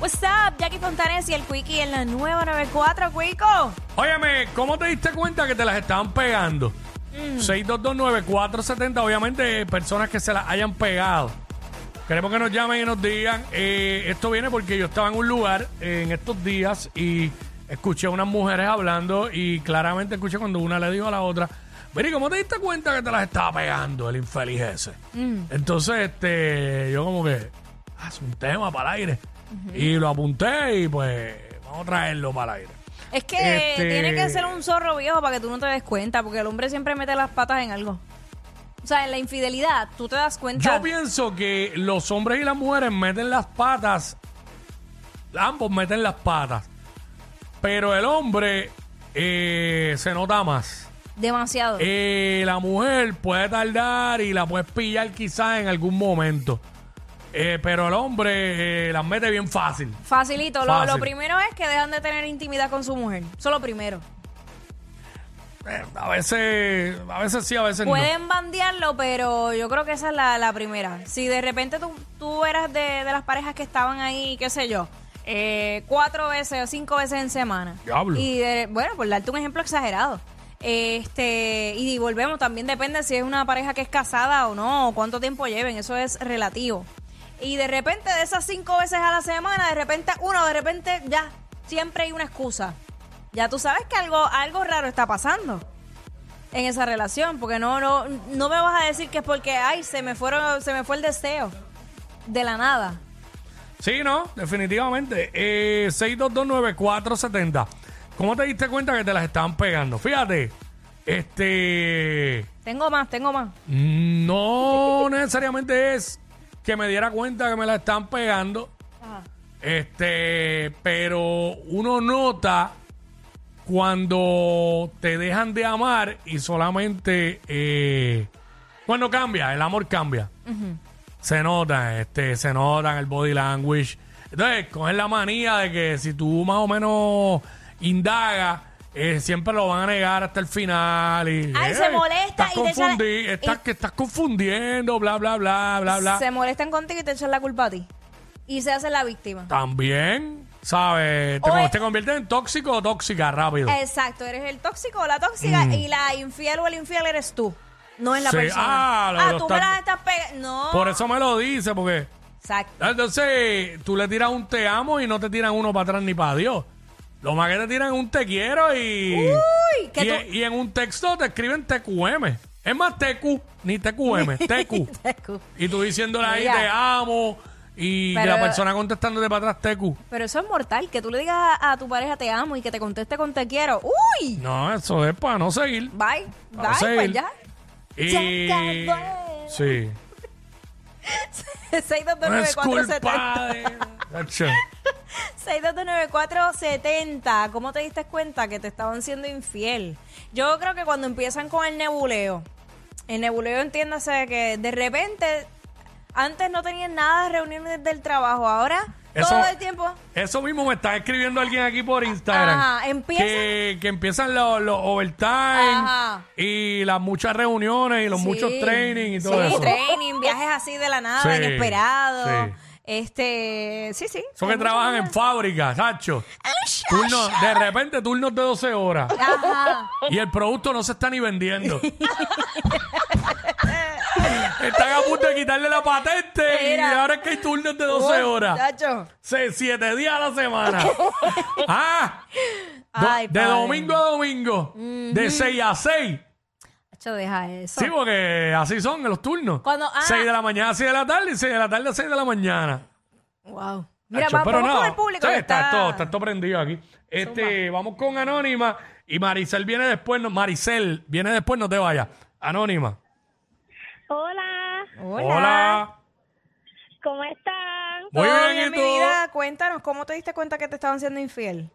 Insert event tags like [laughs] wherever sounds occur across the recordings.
What's up, Jackie Fontanes y el Quickie en la nueva 94, Quico. Óyeme, ¿cómo te diste cuenta que te las estaban pegando? 6229470, obviamente, personas que se las hayan pegado. Queremos que nos llamen y nos digan. eh, esto viene porque yo estaba en un lugar eh, en estos días y escuché a unas mujeres hablando y claramente escuché cuando una le dijo a la otra, Miri, ¿cómo te diste cuenta que te las estaba pegando el infeliz ese? Entonces, este, yo como que, "Ah, es un tema para el aire. Y lo apunté y pues vamos a traerlo para el aire. Es que Este- tiene que ser un zorro viejo para que tú no te des cuenta, porque el hombre siempre mete las patas en algo. O sea, en la infidelidad, tú te das cuenta. Yo pienso que los hombres y las mujeres meten las patas. Ambos meten las patas. Pero el hombre eh, se nota más. demasiado. Eh, la mujer puede tardar y la puedes pillar quizás en algún momento. Eh, pero el hombre eh, las mete bien fácil. Facilito. Lo, lo fácil. primero es que dejan de tener intimidad con su mujer. Eso es lo primero. Este Eh, a veces, a veces sí, a veces no. Pueden bandearlo, pero yo creo que esa es la, la primera. Si de repente tú, tú eras de, de las parejas que estaban ahí, qué sé yo, eh, cuatro veces o cinco veces en semana. Diablo. Y de- bueno, por darte un ejemplo exagerado. Este, y volvemos, también depende si es una pareja que es casada o no, o cuánto tiempo lleven, eso es relativo. Y de repente, de esas cinco veces a la semana, de repente uno, de repente ya, siempre hay una excusa. Ya tú sabes que algo, algo raro está pasando en esa relación, porque no, no, no me vas a decir que es porque ay se me fueron, se me fue el deseo de la nada. Sí, no, definitivamente. Eh, 6229470. ¿Cómo te diste cuenta que te las estaban pegando? Fíjate, este. Tengo más, tengo más. No necesariamente es que me diera cuenta que me la están pegando. Ajá. Este, pero uno nota cuando te dejan de amar y solamente eh, cuando cambia, el amor cambia. Se nota, este, se nota en el body language. Entonces, cogen la manía de que si tú más o menos indagas, eh, siempre lo van a negar hasta el final. Y, Ay, eh, se molesta Estás, y te echa la- confundi- estás- y- que estás confundiendo, bla, bla, bla, bla, bla. Se molestan contigo y te echan la culpa a ti. Y se hace la víctima. También, ¿sabes? Te, O con- es- te conviertes en tóxico o tóxica rápido. Exacto, eres el tóxico o la tóxica y la infiel o el infiel eres tú. No es la Mm. Sí, persona. ah, lo- lo tú está- me las estás pegando. No. Por eso me lo dice, porque [laughs] ah, Exacto. entonces tú le tiras un te amo y no te tiran uno para atrás ni para Dios. Lo más que te tiran es un te quiero y. Uy, que y, tú- y en un texto te escriben TQM. Es más, TQ, [laughs] ni TQM, TQ. y tú diciéndole ahí Mira. te amo y Pero- la persona contestándote para atrás TQ. Pero eso es mortal, que tú le digas a, a tu pareja te amo y que te conteste con te quiero. ¡Uy! No, eso es para no seguir. Bye, bye, Vamos a pues seguir. ya. [laughs] Y. Se acabó. Sí. No es 6229470. culpa de- [laughs] Nacho. 6229470. ¿Cómo te diste cuenta que te estaban siendo infiel? Yo creo que cuando empiezan con el nebuleo, el nebuleo entiéndase que de repente antes no tenían nada de reuniones del trabajo, ahora Eso- todo el tiempo Eso mismo me está escribiendo alguien aquí por Instagram. Ajá, empieza- Que, que empiezan los, los overtime Ajá. y las muchas reuniones y los Sí. muchos training y todo sí, eso. training, viajes así de la nada, Sí, inesperados. sí. Este, sí, sí. Son que trabajan en fábrica, Sacho. Turnos, de repente turnos de 12 horas. Ajá. Y el producto no se está [laughs] ni vendiendo. Están a punto de quitarle la patente y Mira. ahora es que hay turnos de 12 horas. Muchacho. Se- Siete días a [laughs] la semana. ah, do- Ay, de padre. domingo a domingo. De 6 a 6. Chacho, deja eso. Sí, porque así son los turnos. Cuando- ah. 6 de la mañana a 6 de la tarde y 6 de la tarde a 6 de la mañana. Wow. Mira, Nacho, va- pero vamos nada. con el público. Sí, que está, todo, está todo prendido aquí. Este, vamos con Anónima y Maricel viene después. No, Maricel viene después, no te vayas. Anónima. Hola, Hola. ¿cómo están? Muy ¿Todo bien, ¿y mi tú? vida. Cuéntanos, ¿cómo te diste cuenta que te estaban siendo infiel?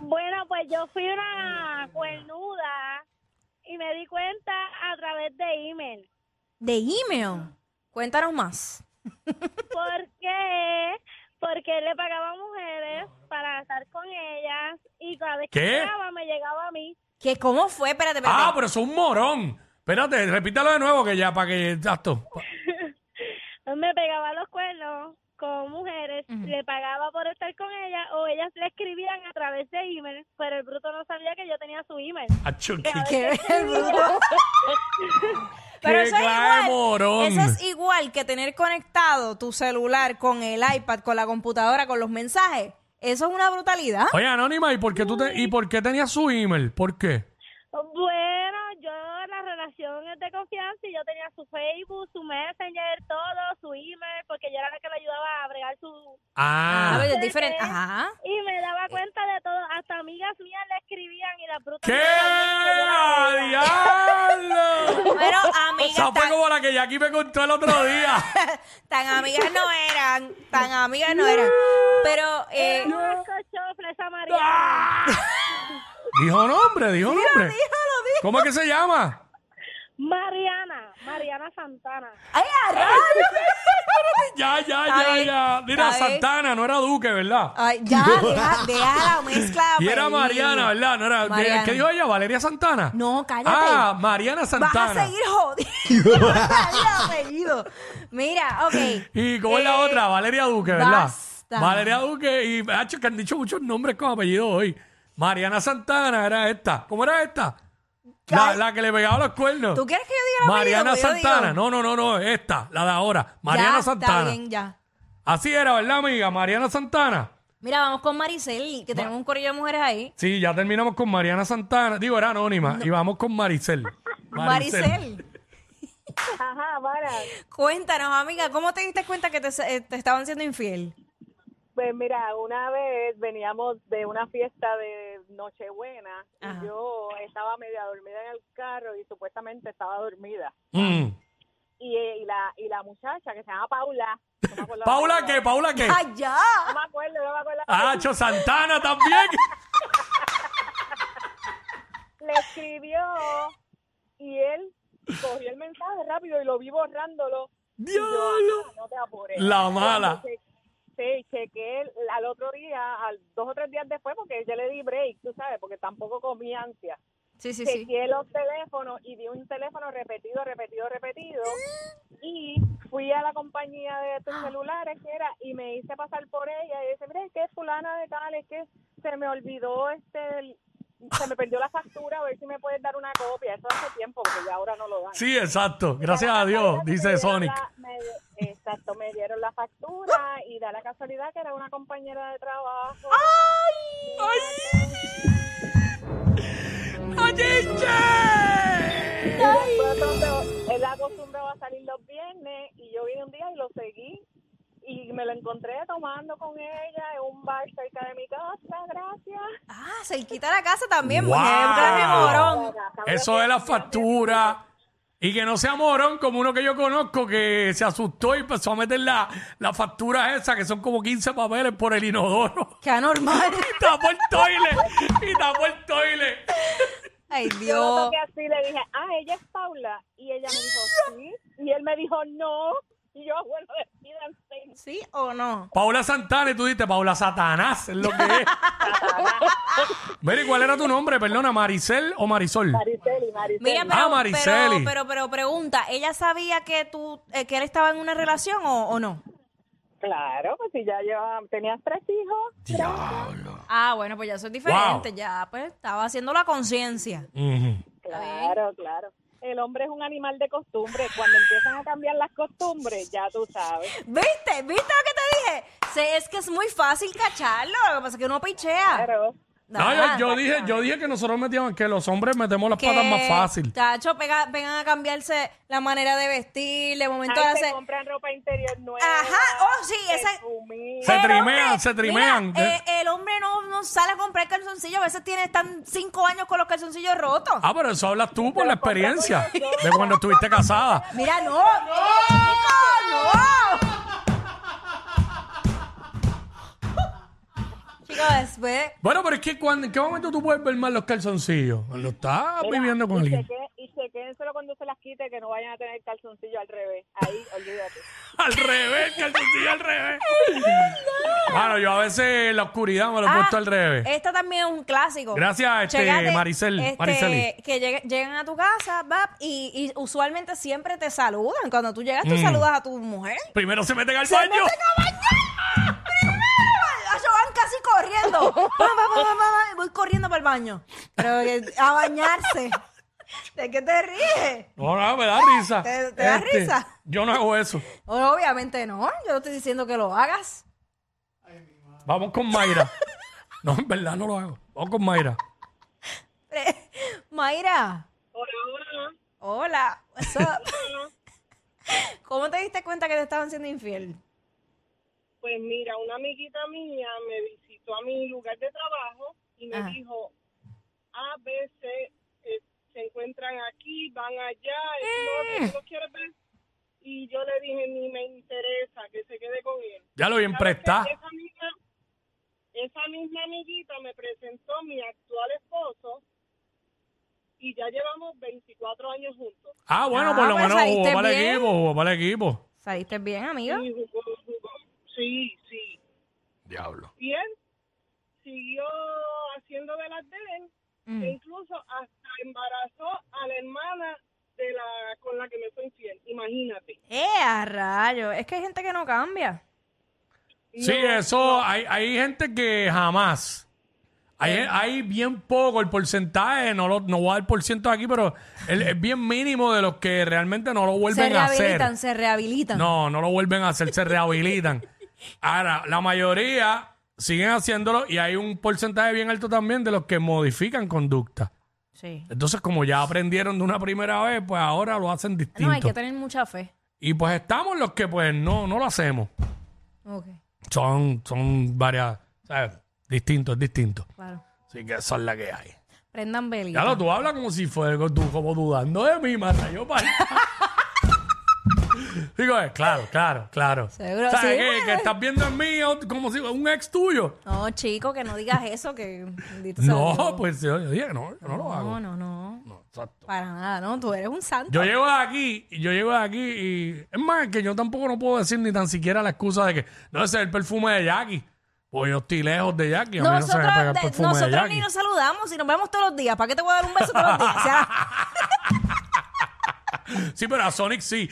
Bueno, pues yo fui una cuernuda y me di cuenta a través de email. De email. Cuéntanos más. ¿Por qué? Porque él le pagaba a mujeres para estar con ellas y cada vez que ¿Qué? llegaba me llegaba a mí. ¿Qué, ¿Cómo fue? Espérate, espérate. Ah, pero es un morón. Espérate, repítalo de nuevo que ya para que. Exacto. Me pegaba los cuernos con mujeres hombres le pagaba por estar con ella o ellas le escribían a través de email, pero el bruto no sabía que yo tenía su email. Acho, Que a qué- ¿Qué? veces [laughs] El bruto. Pero pues, eso Qué es, clase de igual, morón. eso es igual que tener conectado tu celular con el iPad, con la computadora, con los mensajes. Eso es una brutalidad. Oye, Anónima, ¿y por qué, tú te- ¿y por qué tenías su email? ¿Por qué? Bueno, yo la relación es de confianza y yo tenía su Facebook, su Messenger, todo, su email, porque yo era la que le ayudaba a bregar su... Ah, Ah. pero es diferente. Ajá. Y me daba cuenta de todo, hasta amigas mías le escribían y las brutas... ¿Qué? no sabían que yo era amiga. ¡Diablo! [laughs] Pero Esa amigas fue tan, como la que Jackie me contó el [laughs] otro día. tan amigas no eran. Tan amigas no eran. Pero eh, Era una cochofla esa María. dijo nombre, dijo nombre. ¿Cómo es que se llama? Mariana, Mariana Santana. ¡Ay, a rayos! [laughs] Ya, ya, Está ya, bien, está ya. Mira, bien. Ah, Santana, no era Duque, ¿verdad? Ay, [laughs] ya, deja, deja la mezcla. de Y era apellido. Mariana, ¿verdad? No era, Mariana. ¿Qué dijo ella? ¿Valeria Santana? No, cállate. Ah, Mariana Vas Santana. a seguir jodiendo. [laughs] el apellido. Mira, ok. ¿Y cómo es la Eh, otra? Valeria Duque, ¿verdad? basta. Valeria Duque y hacho, que han dicho muchos nombres con apellido hoy. Mariana Santana era esta. ¿Cómo era esta? La, Ay. la que le pegaba los cuernos. ¿Tú quieres que yo diga el apellido? Mariana Porque yo Santana. digo- No, no, no, no, esta, la de ahora. Ya, Mariana Santana. Está bien, ya. Así era, ¿verdad, amiga? Mariana Santana. Mira, vamos con Maricel, que tenemos un corillo de mujeres ahí. Sí, ya terminamos con Mariana Santana. Digo, era anónima. Y vamos con Maricel. Maricel, Ajá, para. cuéntanos, amiga, ¿cómo te diste cuenta que te, eh, te estaban siendo infiel? Pues mira, una vez veníamos de una fiesta de Nochebuena Ajá. y yo estaba media dormida en el carro y supuestamente estaba dormida. Mm. Y, eh, y la, y la muchacha que se llama Paula. no me acuerdo Paula, el ¿qué? nombre, Paula, ¿qué? ¡Ay, ya! No me acuerdo, no me acuerdo. Hacho Santana [laughs] también. Le escribió y él cogió el mensaje rápido y lo vi borrándolo. Y yo, Diablo. "Ah, no te apures. La mala. Che- Sí, chequé el- al otro día, al dos o tres días después, porque yo le di break, tú sabes, porque tampoco comí ansia. Sí, sí, sí. chequeé los teléfonos y di un teléfono repetido, repetido, repetido. Y fui a la compañía de tus Ah. celulares que era y me hice pasar por ella y dice, mire, que es fulana de tal, es que se me olvidó este, el- se me perdió la factura, a ver si me puedes dar una copia. Eso hace tiempo porque ya ahora no lo dan. Sí, exacto. Gracias a Dios, Me dice dieron Sonic. la- me di- exacto, me dieron la factura y da la casualidad que era una compañera de trabajo. ¡Oye! Pero entonces, él acostumbraba a salir los viernes y yo vine un día y lo seguí y me lo encontré tomando con ella en un bar cerca de mi casa, gracias. Ah, cerquita de la casa también, Wow. mujer. un clase de morón. Eso de la factura. Y que no sea morón como uno que yo conozco que se asustó y empezó a meter la, la factura esa, que son como 15 papeles por el inodoro. [laughs] Qué anormal. [laughs] Y tapó el toile. Y tapó el toile. Ay, Yo lo Dios. toqué así, le dije, ah, ella es Paula. Y ella me dijo, sí. Y él me dijo, no. Y yo, bueno, despídanse. ¿Sí o no? Paula Santana, y tú dijiste Paula Satanás, es lo que es. Mira, ¿y cuál era tu nombre? Perdona, Maricel o Marisol. Mariceli, Mariceli. Mira, Ah, pero, pero, Mariceli. pero, pero pregunta, ¿ella sabía que tú, eh, que él estaba en una relación o, o no? Claro, pues si ya llevaba, tenías tres hijos. Diablo. Ah, bueno, pues ya eso es diferente, ya, pues, estaba haciendo la conciencia. Ujú. Claro, claro. El hombre es un animal de costumbre. Cuando empiezan a cambiar las costumbres, ya tú sabes. ¿Viste? ¿Viste lo que te dije? Se- es que es muy fácil cacharlo, lo que pasa es que uno pichea. Claro. No, yo, Ajá. yo dije, yo dije que nosotros metíamos, que los hombres metemos las Que, patas más fácil. Tacho, pega- vengan a cambiarse la manera de vestir, de momento Ay, hace- se compran ropa interior nueva. Ajá, oh, sí, esa- perfume. Se El trimean, hombre- se trimean. mira, eh, el hombre no, no sale a comprar calzoncillos, a veces tiene, están cinco años con los calzoncillos rotos. Ah, pero eso hablas tú por la experiencia de cuando estuviste casada. Mira, no, no, chico, no. Chicos, después. Bueno, pero es que cuando, ¿en qué momento tú puedes ver más los calzoncillos? Cuando estás Mira, viviendo con y alguien. chequeen- Y chequeen solo cuando se las quite que no vayan a tener calzoncillo al revés. [laughs] Ahí, olvídate. Al revés, calzoncillo al revés. Bueno, yo a veces en la oscuridad me lo he puesto Ah, al revés. Esta también es un clásico. Gracias, este, Maricel, este, Mariceli. que llegue- llegan a tu casa, bap, y, y usualmente siempre te saludan. Cuando tú llegas, tú Mm. saludas a tu mujer. Primero se meten al baño. ¡Mete a bañar! al baño. Pero que- a bañarse. ¿De qué te ríes? No, no, me da [laughs] risa. Este, ¿Te- te da risa? Yo no hago eso. Obviamente no. Yo no estoy diciendo que lo hagas. Vamos con Mayra. [laughs] No, en verdad no lo hago. Vamos con Mayra. Eh, Mayra, Hola, hola. hola. what's [laughs] up? ¿Cómo te diste cuenta que te estaban siendo infiel? Pues mira, una amiguita mía me visitó a mi lugar de trabajo y me Ajá. dijo, a veces eh, se encuentran aquí, van allá, es Mm. lo que tú los quieres ver. Y yo le dije, ni me interesa que se quede con él. Ya lo bien ¿Sabes qué? prestá. Esa misma, esa misma amiguita me presentó a mi actual esposo y ya llevamos 24 años juntos. Ah, bueno, Ah, por lo pues menos jugó saliste para el bien. equipo, jugó para el equipo. ¿Saliste bien, amigo? Y jugó, jugó. Sí, sí. Diablo. Y él siguió haciendo de las de él Mm. e incluso hasta embarazó a la hermana de la con la que me fue infiel. Imagínate. ¡Eh, a rayo! Es que hay gente que no cambia. Sí, eso, hay, hay gente que jamás. Hay, hay bien poco el porcentaje, no, lo, no voy a dar por ciento aquí, pero el- es bien mínimo de los que realmente no lo Se vuelven a hacer. rehabilitan, se rehabilitan. [laughs] No, no lo vuelven a hacer, se rehabilitan. Ahora, la mayoría siguen haciéndolo y hay un porcentaje bien alto también de los que modifican conducta. Sí. Entonces, como ya aprendieron de una primera vez, pues ahora lo hacen distinto. No, hay que tener mucha fe. Y pues estamos los que pues no, no lo hacemos. Ok, Son, son varias, ¿sabes? Distinto, es distinto. claro. Así que esa es la que hay. Prendan velita. Ya lo, tú hablas como si fuera tú, como dudando de mí, mata yo para [laughs] Digo, eh, claro, claro, claro. Seguro, ¿Sabes sí, qué? bueno. Que estás viendo en mí o- como si un ex tuyo. No, chico, que no digas eso, que... [laughs] bendito sea Dios. No, pues yo, yo dije, no, yo no lo hago. No, no, no. No, exacto. Para nada, no. Tú eres un santo. Yo llego de aquí, y yo llego de aquí y es más que yo tampoco no puedo decir ni tan siquiera la excusa de que no ese es el perfume de Jackie. Pues yo estoy lejos de Jackie, a mí no se me Nosotros, pega el de- perfume de nosotros Jackie. ni nos saludamos y nos vemos todos los días. ¿Para qué te voy a dar un beso todos los días? O sea, Sí, pero a Sonic sí.